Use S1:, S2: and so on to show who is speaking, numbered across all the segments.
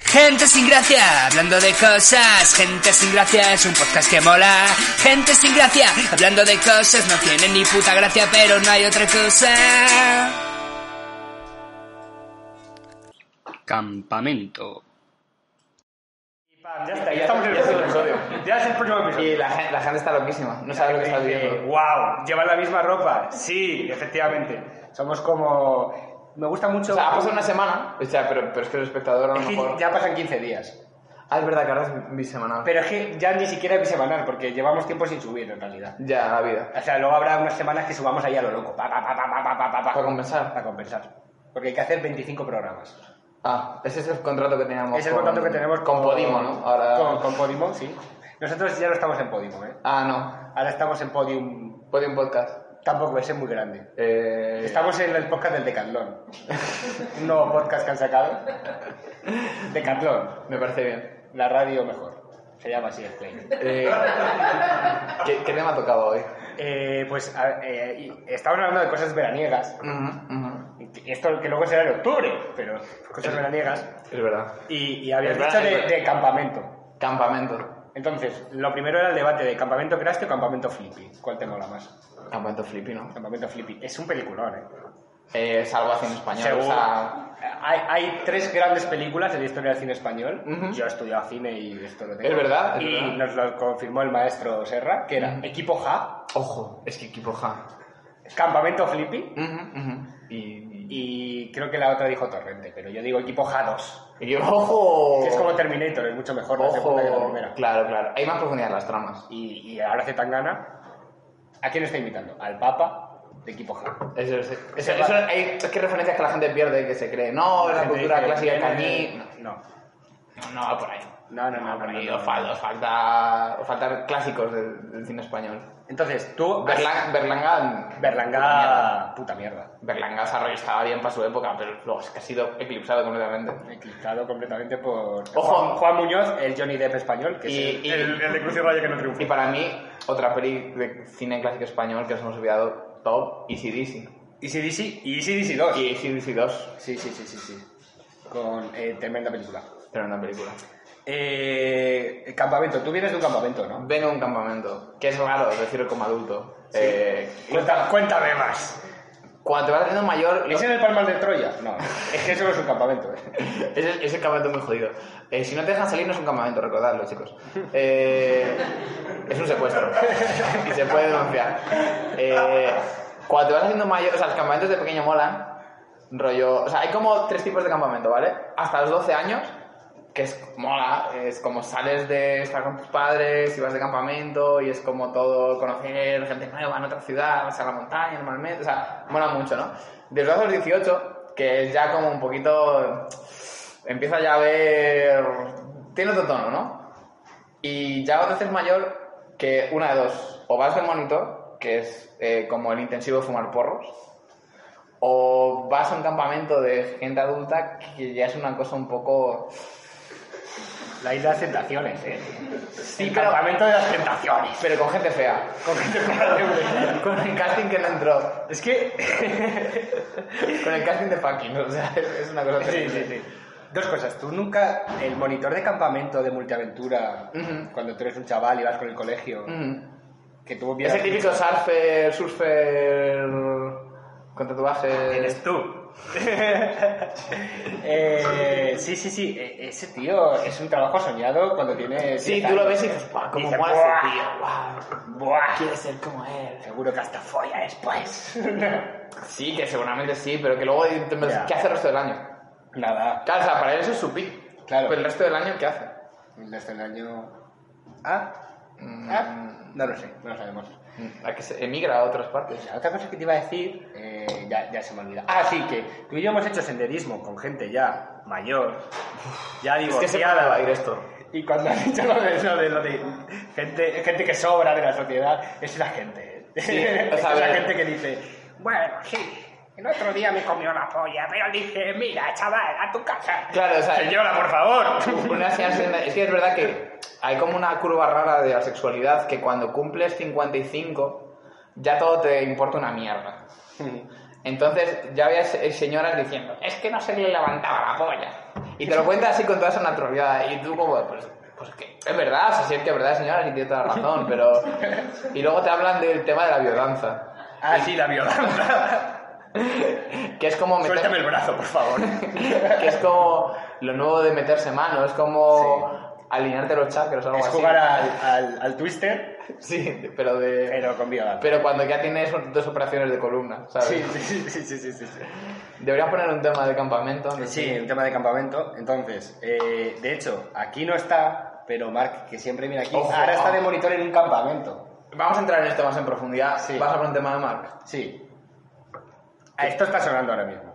S1: Gente sin gracia, hablando de cosas. Gente sin gracia es un podcast que mola. Gente sin gracia, hablando de cosas. No tienen ni puta gracia, pero no hay otra cosa. Campamento.
S2: Pam, ya está, ya estamos en el próximo episodio. Ya es el próximo episodio.
S3: Y la gente, la gente está loquísima, no sabe lo que está viviendo.
S2: wow, llevan la misma ropa. Sí, efectivamente. Somos como. Me gusta mucho.
S3: O sea, ha pasado una semana, o sea, pero, pero es que el espectador a lo
S2: Es que
S3: mejor...
S2: ya pasan 15 días.
S3: Ah, es verdad que ahora es bisemanal.
S2: Pero es que ya ni siquiera es bisemanal, porque llevamos tiempo sin subir en realidad.
S3: Ya, la vida.
S2: O sea, luego habrá unas semanas que subamos ahí a lo loco. Pa, pa, pa, pa, pa, pa, pa, pa.
S3: Para compensar.
S2: Para compensar. Porque hay que hacer 25 programas.
S3: Ah, ese es el contrato que teníamos
S2: es el contrato que tenemos
S3: con Podimo, ¿no? Ahora...
S2: Con, con Podimo, sí. Nosotros ya no estamos en Podimo, ¿eh?
S3: Ah, no.
S2: Ahora estamos en Podium.
S3: Podium Podcast.
S2: Tampoco ese es muy grande.
S3: Eh...
S2: Estamos en el podcast del Decathlon. Un nuevo podcast que han sacado. Decathlon.
S3: Me parece bien.
S2: La radio mejor. Se llama así el play.
S3: Eh, ¿Qué, qué tema ha tocado hoy?
S2: Eh, pues a- eh, y estamos hablando de cosas veraniegas.
S3: Ujú, ujú.
S2: Y que- Esto que luego será en octubre, pero cosas veraniegas.
S3: Es verdad.
S2: Y, y habías
S3: Es verdad,
S2: dicho de,
S3: es verdad.
S2: de campamento.
S3: Campamento.
S2: Entonces, lo primero era el debate de campamento crash o campamento flippy. ¿Cuál te mola más?
S3: Campamento flippy, ¿no?
S2: Campamento flippy. Es un peliculón, ¿eh?
S3: Eh, salvación española,
S2: Seguro.
S3: o sea...
S2: Hay, hay tres grandes películas en la historia del cine español.
S3: Ujú.
S2: Yo he estudiado cine y esto lo tengo.
S3: Es verdad, es
S2: y
S3: verdad.
S2: nos lo confirmó el maestro Serra, que era
S3: Ujú.
S2: Equipo Ja,
S3: Ojo, es que equipo ja.
S2: Campamento Flippy
S3: Ujú, ujú. Y...
S2: y creo que la otra dijo Torrente, pero yo digo Equipo Ja 2.
S3: y- ¡Ojo!
S2: Que es como Terminator, es mucho mejor la segunda que la
S3: Ojo,
S2: primera.
S3: claro, claro. Hay más profundidad en las tramas.
S2: Y, y ahora hace tan gana. ¿A quién está invitando? Al Papa de Equipo Ja.
S3: Eso, eso, eso- eso- hay, es que referencias que la gente pierde, que se cree. No, la,
S2: gente
S3: cultura
S2: dice,
S3: clásica
S2: "Viene-
S3: cañí.
S2: No.
S3: No, no, va por ahí.
S2: No, no, no,
S3: Va por
S2: no,
S3: ahí.
S2: no,
S3: Os
S2: no.
S3: fal- os falta, os faltan clásicos del, del cine español.
S2: Entonces, tú.
S3: Berlan- Berlanga.
S2: Berlanga. Puta mierda.
S3: Berlanga Sarroy estaba bien para su época, pero luego es que ha sido eclipsado completamente.
S2: Eclipsado completamente por
S3: Ojo.
S2: Juan, Juan Muñoz, el Johnny Depp español, que
S3: Y-
S2: es el,
S3: y-
S2: el- el de Cruz y Raya que no
S3: Y
S2: triunfa.
S3: para mí, otra peli de cine clásico español que nos hemos olvidado, top, Easy Dizzy.
S2: Easy DC y Easy DC 2.
S3: Y Easy Dizzy 2,
S2: Sí, sí, sí, sí, sí. Con eh, tremenda película.
S3: tremenda película.
S2: Eh, el campamento, tú vienes de un campamento, ¿no?
S3: Vengo a un campamento, que es raro decirlo como adulto. Eh,
S2: Cuenta- cuéntame más.
S3: cuando te vas haciendo mayor, lo-
S2: ¿Es en el Palmar de Troya? No, es que eso no es un campamento. ¿eh?
S3: es, el- es el campamento muy jodido. Eh, si no te dejan salir, no es un campamento, recordadlo, chicos. Eh, es un secuestro y se puede denunciar. Eh, cuando te vas haciendo mayor, o sea, los campamentos de pequeño molan. Rollo, o sea, hay como tres tipos de campamento, ¿vale? Hasta los 12 años, que es mola, es como sales de estar con tus padres y vas de campamento y es como todo conocer gente nueva en otra ciudad, vas a la montaña normalmente, o sea, mola mucho, ¿no? Desde los 18, que es ya como un poquito, empieza ya a ver, tiene otro tono, ¿no? Y ya cuando haces mayor, que una de dos, o vas de monitor, que es eh, como el intensivo de fumar porros, o vas a un campamento de gente adulta que ya es una cosa un poco...
S2: La isla de las tentaciones, ¿eh? el
S3: pero-
S2: campamento de las tentaciones.
S3: Pero con gente fea.
S2: Con gente fuera de orden.
S3: Con el casting que no entró.
S2: Es que
S3: Con el casting de fucking. O sea, es, es una
S2: Sí,
S3: cosa terrible.
S2: sí, sí. Dos cosas. Tú nunca, el monitor de campamento de multiaventura,
S3: Ujú.
S2: cuando tú eres un chaval y vas con el colegio,
S3: Mm.
S2: que tú
S3: Es el típico surfer, surfer con tatuajes.
S2: Eres tú. Eh, sí, sí, sí. E- Ese tío es un trabajo soñado cuando tiene.
S3: Sí,
S2: 10
S3: tú lo
S2: años.
S3: ves y dices, "Buah, cómo
S2: Dice,
S3: mola ese
S2: "Buah,
S3: tío, guau,
S2: Buah,
S3: quiero ser como él.
S2: seguro que hasta folla después.
S3: Sí, que seguramente sí, pero que luego te-
S2: Ya.
S3: ¿qué hace el resto del año?
S2: Nada.
S3: Claro, o sea, para él eso es su pick.
S2: Claro.
S3: Pero el resto del año, ¿qué hace?
S2: Desde el año. Ah,
S3: Mm,
S2: ah, no lo sé, no lo sabemos.
S3: A que se emigra a otras partes.
S2: La otra cosa que te iba a decir, eh, ya, ya se me olvida. Ah, sí, que tú y yo hemos hecho senderismo con gente ya
S4: mayor, ya
S3: Es que se puede
S4: divorciada.
S3: evadir esto.
S2: Y cuando has dicho lo de, lo de, lo de gente, gente que sobra de la sociedad, es la gente.
S3: Sí, o
S2: es
S3: sea,
S2: la
S3: a ver.
S2: gente que dice, bueno, sí, el otro día me comió la polla, pero dije, mira, chaval, a tu casa.
S3: Claro, o sea,
S2: Señora, por favor.
S3: Una señal senda- es que es verdad que hay como una curva rara de la sexualidad que cuando cumples 55 ya todo te importa una mierda. Entonces ya había se- señoras diciendo, es que no se le levantaba la polla. Y te lo cuentas así con toda esa naturalidad. Y tú como, pues, pues que es verdad, o sea, sí es que es verdad, señoras, y tiene toda la razón, pero... Y luego te hablan del tema de la violanza.
S2: Ah, sí, la violanza.
S3: Que es como... meter-
S2: Suéltame el brazo, por favor.
S3: que es como lo nuevo de meterse mano, es como alinearte los chakras o algo
S2: Es
S3: así.
S2: jugar al, al, al twister,
S3: Sí, pero de
S2: pero con violanza.
S3: pero cuando ya tienes dos operaciones de columna, ¿sabes?
S2: Sí, sí, sí, sí, sí, sí, sí.
S3: Deberías poner un tema de campamento. ¿no?
S2: Sí, un tema de campamento. Entonces, eh, de hecho, aquí no está, pero Mark, que siempre viene aquí,
S3: Ojo.
S2: ahora está de monitor en un campamento.
S3: Vamos a entrar en esto más en profundidad.
S2: Sí.
S3: Vas a poner un tema de Mark.
S2: Sí. Ah, Esto está sonando ahora mismo.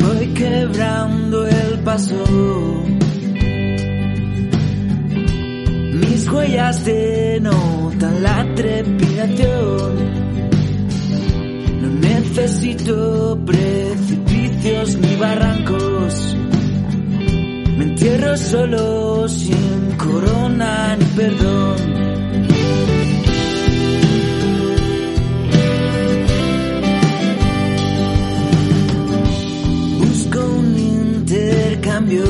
S5: Voy quebrando el paso. Mis huellas denotan la trepidación. No necesito precipicios ni barrancos. Me entierro solo sin corona ni perdón. busco un intercambio.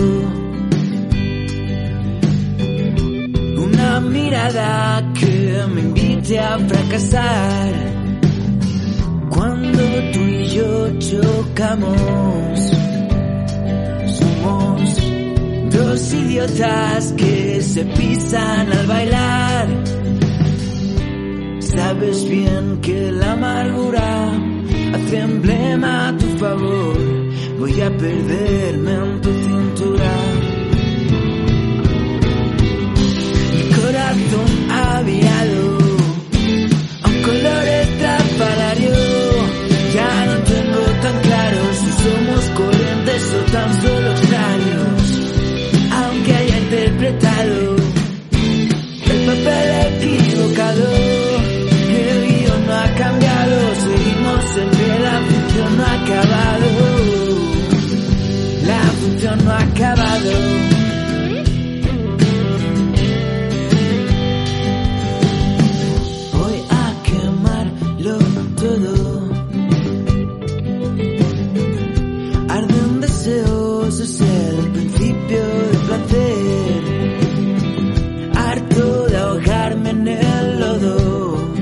S5: Una mirada que me invite a fracasar. Cuando tú y yo chocamos, somos dos idiotas que se pisan al bailar. Sabes bien que la amargura hace emblema a tu favor. Voy a perderme en tu cintura. Mi corazón aviado a un color estrafalario. Ya no tengo tan claro si somos corrientes o tan solo extraños. Aunque haya interpretado el papel equivocado, el guión no ha cambiado, seguimos en pie, la función no ha acabado, la función no ha acabado. Voy a quemarlo todo, arden deseos, es el principio del placer harto de ahogarme en el lodo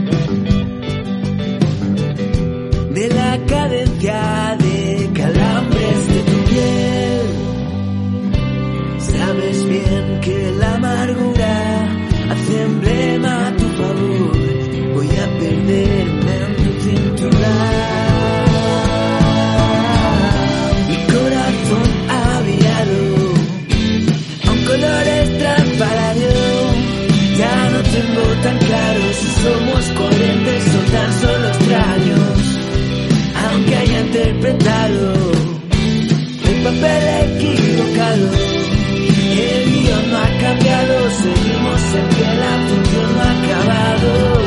S5: de la cadencia de calambres de tu piel. Sabes bien que la amargura hace emblema a tu favor. Voy a perderme en tu cintura. Mi corazón aviado a un color estrafalario. Ya no tengo tan claro si somos corrientes o tan solo extraños, aunque haya interpretado el papel equivocado. El guión no ha cambiado, seguimos en pie, la función no ha acabado.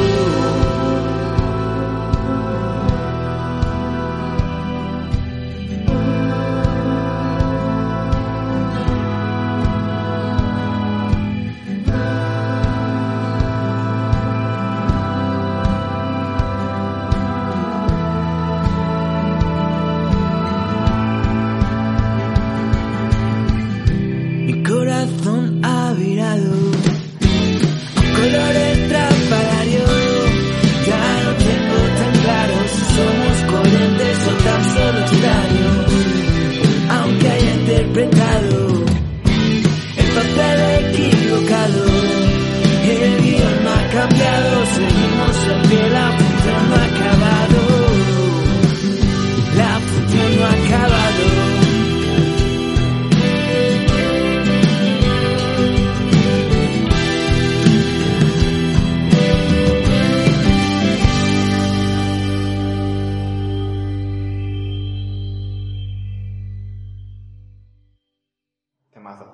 S2: Temazo.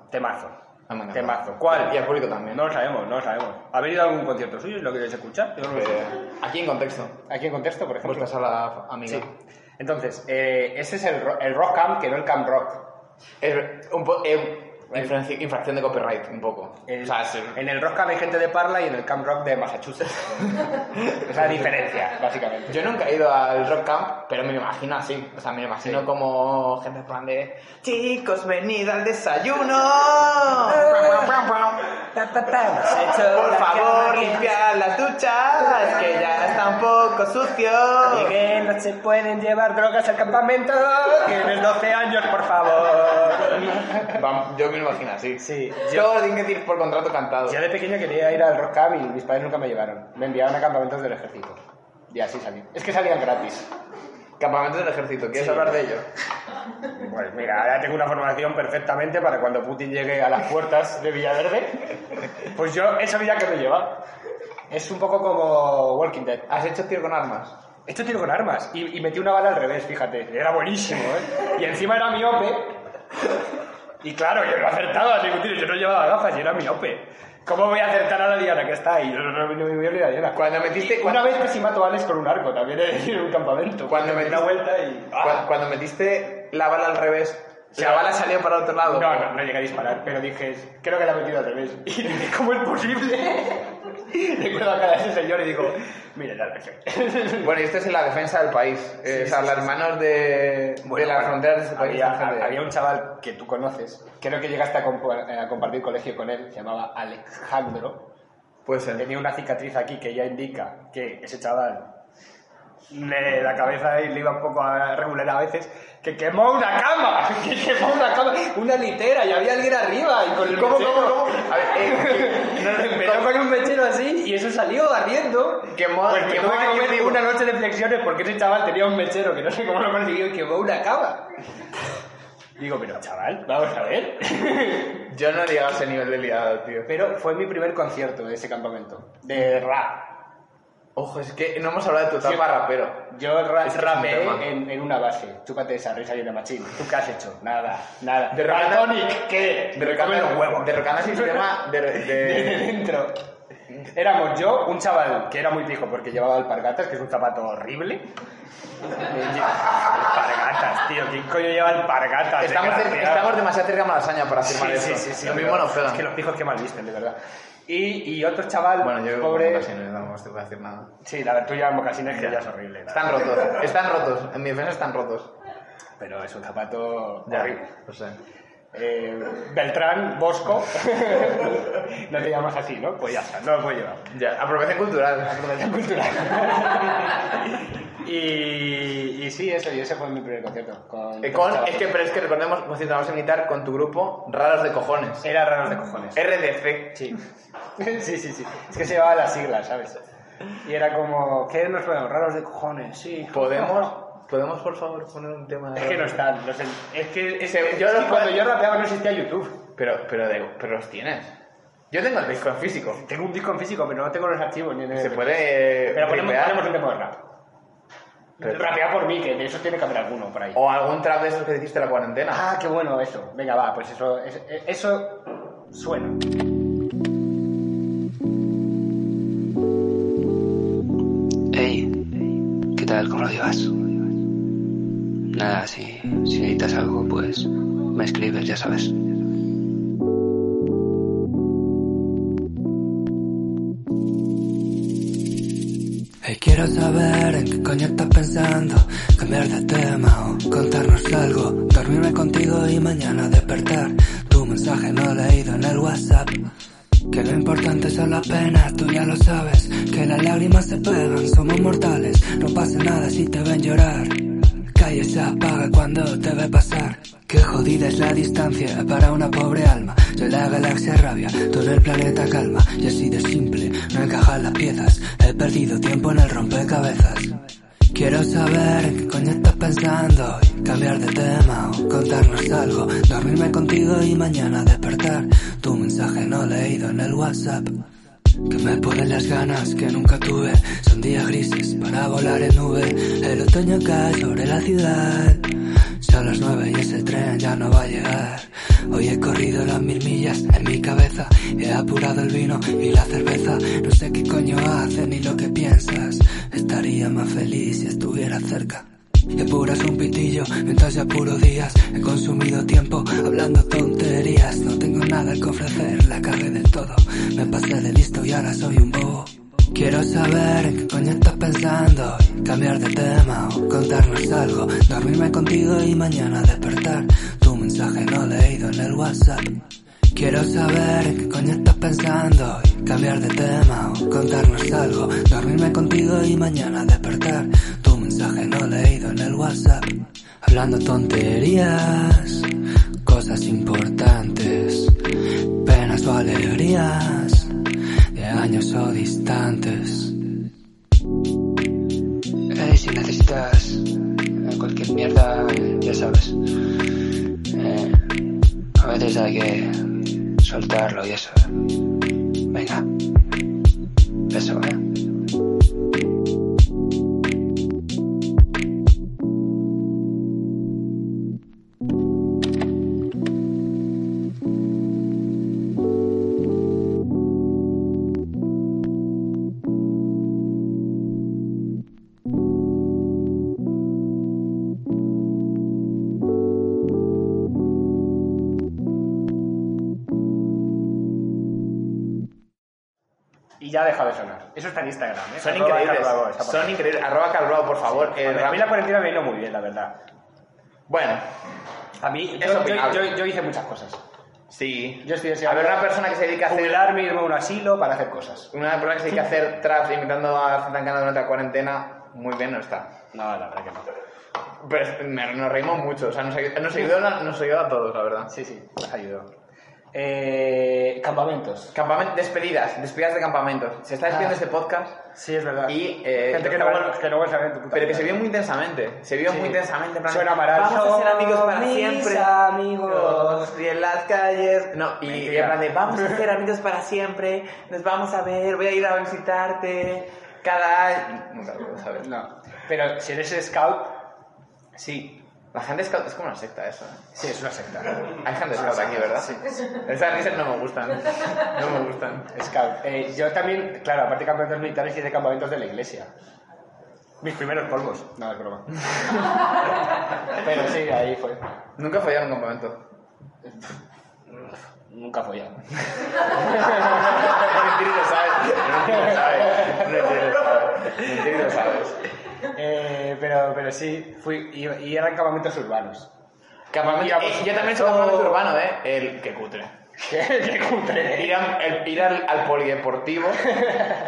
S3: Ah, bueno,
S2: Temazo.
S3: bueno.
S2: ¿Cuál?
S3: Y al público también.
S2: No lo sabemos, no lo sabemos. ¿Habéis ido a algún concierto suyo y lo queréis escuchar? Yo no lo sé.
S3: Eh, aquí en contexto.
S2: Aquí en contexto, por ejemplo.
S3: Vuestra sala amiga.
S2: Sí. Entonces, eh, ese es el, ro- el rock camp que no el camp rock.
S3: Es ver- un po- eh, infranci- infracción de copyright, un poco.
S2: El-
S3: o sea, sí.
S2: En el rock camp hay gente de Parla y en el camp rock de Massachusetts. es la diferencia, básicamente.
S3: Yo nunca he ido al rock camp, pero me lo imagino así. O sea, me lo imagino
S2: Sí.
S3: como gente en plan de chicos, venid al desayuno. Por favor, limpiad las duchas, que ya están un poco sucios.
S2: Miguel, no se pueden llevar drogas al campamento. Tienes 12 años, por favor.
S3: Vam- Yo me lo imagino así.
S2: Sí, yo,
S3: Yo tengo que decir por contrato cantado.
S2: yo de pequeño quería ir al rock camp y mis padres nunca me llevaron. Me enviaron a campamentos del ejército. Y así salí. Es que salían gratis.
S3: Campamento del ejército, ¿quieres
S2: Sí.
S3: hablar de ello?
S2: Pues mira, ahora tengo una formación perfectamente para cuando Putin llegue a las puertas de Villaverde. Pues yo, eso ya que me lleva. Es un poco como Walking Dead.
S3: ¿Has hecho tiro con armas?
S2: Esto tiro con armas. Y, y metí una bala al revés, fíjate. Era buenísimo, ¿eh? Y encima era miope. Y claro, yo lo acertaba, digo, tío, yo no llevaba gafas y era miope. ¿Cómo voy a acertar a la Diana que está ahí? Yo no, no, no me voy a olvidar de Diana.
S3: Cuando metiste-
S2: Y Una vez casi mato a Alex con un arco, también he de decir, en un campamento.
S3: Cuando
S2: me di
S3: metiste-
S2: una vuelta y...
S3: Cu- Cuando, metiste la bala al revés, la
S2: Ah. Sí.
S3: bala salió para otro lado.
S2: No, no, no llegué a disparar, pero dije, creo que la ha metido al revés. Y dije, ¿cómo es posible? Recuerdo a cara de ese señor y digo, mira la reacción.
S3: Bueno, y esto es en la defensa del país.
S2: Sí,
S3: Eh, o sea,
S2: sí,
S3: las
S2: sí,
S3: manos de,
S2: Bueno,
S3: de las
S2: bueno,
S3: fronteras de ese país.
S2: había,
S3: están de-
S2: había un chaval que tú conoces, creo que llegaste a, compa- eh, a compartir colegio con él, se llamaba Alejandro.
S3: Puede ser.
S2: Tenía una cicatriz aquí que ya indica que ese chaval, le- la cabeza le iba un poco a regular a veces, que quemó una cama, que quemó una cama, una litera y había alguien arriba y con el
S3: ¿Cómo,
S2: mechero-
S3: cómo, cómo? A ver, eh,
S2: Nos empezó con un mechero así y eso salió ardiendo.
S3: Quemó-
S2: pues me
S3: quemó
S2: tuve que
S3: aquí
S2: comer
S3: un libro.
S2: una noche de flexiones porque ese chaval tenía un mechero que no sé cómo lo consiguió y quemó una cama. Digo, pero chaval, vamos a ver.
S3: que- yo no he llegado a ese nivel de liado, tío.
S2: Pero fue mi primer concierto de ese campamento, de rap.
S3: Ojo, es que no hemos hablado de tu etapa rapero.
S2: Yo ra-
S3: Es que es un
S2: rapeé
S3: tema.
S2: en, en una base. Chúpate esa risa y una machín. ¿Tú qué has hecho? Nada, nada.
S3: De repente-
S2: Baltonic, ¿qué? Me
S3: Derrocando
S2: comen los huevos.
S3: derrocando el sistema de,
S2: desde
S3: de-
S2: dentro. Éramos yo, un chaval que era muy pijo porque llevaba alpargatas, que es un zapato horrible. Eh, Alpargatas, tío, ¿quién coño lleva alpargatas?
S3: Estamos, cer-
S2: Desgraciado.
S3: estamos demasiado cerca de Malasaña para
S2: Sí,
S3: firmar
S2: sí,
S3: eso.
S2: sí, sí,
S3: Lo
S2: pero
S3: mismo nos
S2: Es que
S3: pegan.
S2: los pijos que mal visten, de verdad. Y, y otro chaval,
S3: Bueno, yo
S2: pobre.
S3: casi no, no te voy a decir nada.
S2: Sí, la verdad, tú llevas mocasines que ya es horrible. la
S3: Están rotos, están rotos. En mi defensa están rotos.
S2: verdad. Pero es un zapato horrible.
S3: lo sé.
S2: Eh, Beltrán, Bosco. no te llamas así, ¿no? Pues ya está, no lo puedo llevar.
S3: Ya, apropiación cultural.
S2: Apropiación cultural. y, y sí, eso, y ese fue mi primer concierto. Con,
S3: Eh, con-
S2: con-
S3: es que, pero es que recordemos, pues, vamos a imitar con tu grupo Raros de Cojones. Eh,
S2: Era raro de cojones.
S3: RDC.
S2: Sí. sí, sí, sí. Es que se llevaba las siglas, ¿sabes? Y era como, ¿qué nos podemos? Raros de cojones, sí.
S3: ¿Podemos, ¿Podemos, por favor, poner un tema?
S2: Es que no están. no sé, es que es-
S3: Se- yo
S2: es que
S3: los-
S2: cuando yo rapeaba no existía YouTube.
S3: Pero, pero, de- pero los tienes. Yo tengo el disco en físico.
S2: Tengo un disco en físico, pero no tengo los archivos ni en el...
S3: Se puede. eh,
S2: Pero ponemos,
S3: ripear.
S2: ponemos un tema de rap.
S3: Pero-
S2: Rapea por mí, que de eso tiene que haber alguno por ahí.
S3: O algún trap de esos que hiciste en la cuarentena.
S2: Ah, qué bueno eso. Venga, va, pues eso, es- eso suena.
S6: Hey, ¿qué tal? ¿Cómo lo llevas? Nada, si, si necesitas algo, pues me escribes, ya sabes.
S5: Hey, quiero saber en qué coño estás pensando, cambiar de tema o contarnos algo, dormirme contigo y mañana despertar, tu mensaje no leído en el WhatsApp. Que lo importante son las penas, tú ya lo sabes, que las lágrimas se pegan, somos mortales, no pasa nada si te ven llorar. Calle se apaga cuando te ve pasar. Qué jodida es la distancia para una pobre alma. Yo la galaxia rabia, todo el planeta calma. Y así de simple, no encajan las piezas. He perdido tiempo en el rompecabezas. Quiero saber en qué coño estás pensando y cambiar de tema o contarnos algo. Dormirme contigo y mañana despertar. Tu mensaje no leído en el WhatsApp. Que me ponen las ganas que nunca tuve. Son días grises para volar en nube. El este otoño cae sobre la ciudad. Son las nueve y ese tren ya no va a llegar. Hoy he corrido las mil millas en mi cabeza. He apurado el vino y la cerveza. No sé qué coño hace ni lo que piensas. Estaría más feliz si estuviera cerca. Y apuras un pitillo mientras yo apuro días. He consumido tiempo hablando tonterías. No tengo nada que ofrecer, la cagué del todo. Me pasé de listo y ahora soy un bobo. Quiero saber en qué coño estás pensando. Cambiar de tema o contarnos algo. Dormirme contigo y mañana despertar. Tu mensaje no leído en el WhatsApp. Quiero saber en qué coño estás pensando. Cambiar de tema o contarnos algo. Dormirme contigo y mañana despertar. Tu mensaje no leído en el WhatsApp. Hablando tonterías, cosas importantes, penas o alegrías de años o distantes. Eh, si necesitas eh, cualquier mierda, eh, ya sabes. Eh, a veces hay que soltarlo y eso. ¿eh? Venga. Beso, eh.
S2: Y ya deja de sonar. Eso está en Instagram, ¿eh?
S3: Son
S2: Arroba
S3: increíbles.
S2: Calvo, esa
S3: Son
S2: parte.
S3: increíbles. Arroba Calvao, por favor. Eh,
S2: A mí la cuarentena me vino muy bien, la verdad.
S3: Bueno,
S2: A mí,
S3: Es
S2: yo, yo-
S3: opinable.
S2: yo- yo hice muchas cosas.
S3: sí.
S2: Yo estoy
S3: A
S2: deseando
S3: ver, una persona que se dedica a hacer.
S2: jubilarme, irme a un asilo para hacer cosas.
S3: Una persona que se dedica a hacer traps invitando a Zetangana durante la cuarentena, muy bien no está.
S2: No, la verdad que no.
S3: Pero es- me- nos reímos mucho, o sea, nos, ayud- nos ayudó, a- nos ayudó a todos, la verdad.
S2: Sí, sí, nos ayudó. Eh, campamentos.
S3: Campamento, despedidas, despedidas de campamentos. Se está despidiendo
S2: Ah.
S3: este podcast,
S2: Sí, es verdad.
S3: Y, eh,
S2: Gente que no,
S3: pero-
S2: vuelve- que no vuelve a ver en tu puta
S3: pero que
S2: vida.
S3: se vio muy intensamente. Se vio muy intensamente. en plan,
S2: Suena maravilloso.
S3: Vamos a ser amigos para
S2: Mis
S3: siempre.
S2: amigos.
S3: Y en las calles. No, y, y en plan de, vamos a ser amigos para siempre. Nos vamos a ver, voy a ir a visitarte. Cada año. Nunca lo puedo saber.
S2: No. Pero si eres scout,
S3: Sí. La gente scout es como una secta, eso. ¿eh?
S2: sí, es una secta.
S3: Hay gente scout aquí, ¿verdad? Sí. Esas risas no me gustan. No me gustan.
S2: Scout. Eh, yo también, claro, aparte de campamentos militares, hice campamentos de la iglesia. Mis primeros polvos. No, es broma. Pero sí, ahí fue.
S3: Nunca he fallado en un campamento.
S2: Nunca follé.
S3: Mentira, lo sabes. Mentira, lo sabes. Mentira, lo sabes. Mentira, lo sabes.
S2: Eh, pero, pero sí, fui, y, y eran campamentos urbanos.
S3: Campamento,
S2: Digamos,
S3: eh, yo también soy
S2: todo-
S3: campamento urbano, ¿eh? El que cutre.
S2: ¡Qué cutre!
S3: Ir, a- el- ir al, al polideportivo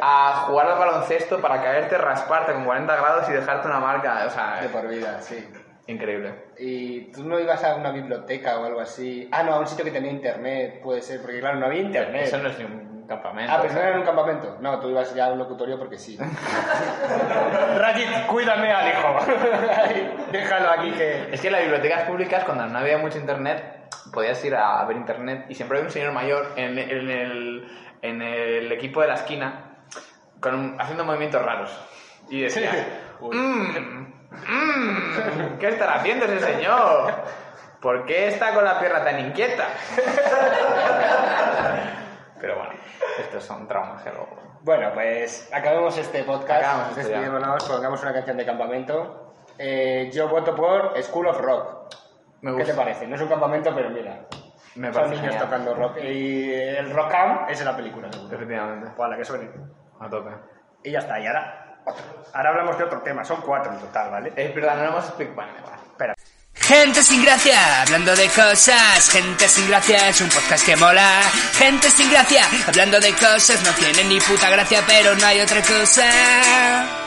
S3: a jugar al baloncesto para caerte, rasparte con 40 grados y dejarte una marca. O sea,
S2: De
S3: eh,
S2: por vida, sí.
S3: increíble.
S2: Y tú no ibas a una biblioteca o algo así. Ah, no, a un sitio que tenía internet, puede ser, porque claro, no había internet.
S3: Eso no es ni un campamento.
S2: Ah,
S3: o
S2: pero no
S3: sea.
S2: era en un campamento. No, tú ibas ya a un locutorio porque sí. Rajit, cuídame al hijo. Déjalo aquí que.
S3: Es que en las bibliotecas públicas, cuando no había mucho internet, podías ir a ver internet y siempre había un señor mayor en, en el, en el equipo de la esquina con, un- haciendo movimientos raros. Y decía, "Mm, ¿qué estará haciendo ese señor? ¿Por qué está con la pierna tan inquieta? Pero bueno, estos son traumas que luego...
S2: Bueno, pues acabemos este podcast.
S3: Acabamos esto ya.
S2: Despidémonos, pongamos una canción de campamento. Eh, yo voto por School of Rock.
S3: Me
S2: ¿Qué te
S3: gusta.
S2: parece? No es un campamento, pero mira.
S3: Me
S2: son
S3: parece
S2: niños
S3: genial.
S2: tocando rock. Y el rock camp es en la película, seguro.
S3: Efectivamente,
S2: Pues a la que suene.
S3: a tope.
S2: Y ya está, y ahora otro. Ahora hablamos de otro tema, son cuatro en total, ¿vale?
S3: Es verdad, no hemos explicado... Vale, vale.
S1: Gente sin gracia, hablando de cosas. Gente sin gracia es un podcast que mola. Gente sin gracia, hablando de cosas. No tienen ni puta gracia, pero no hay otra cosa.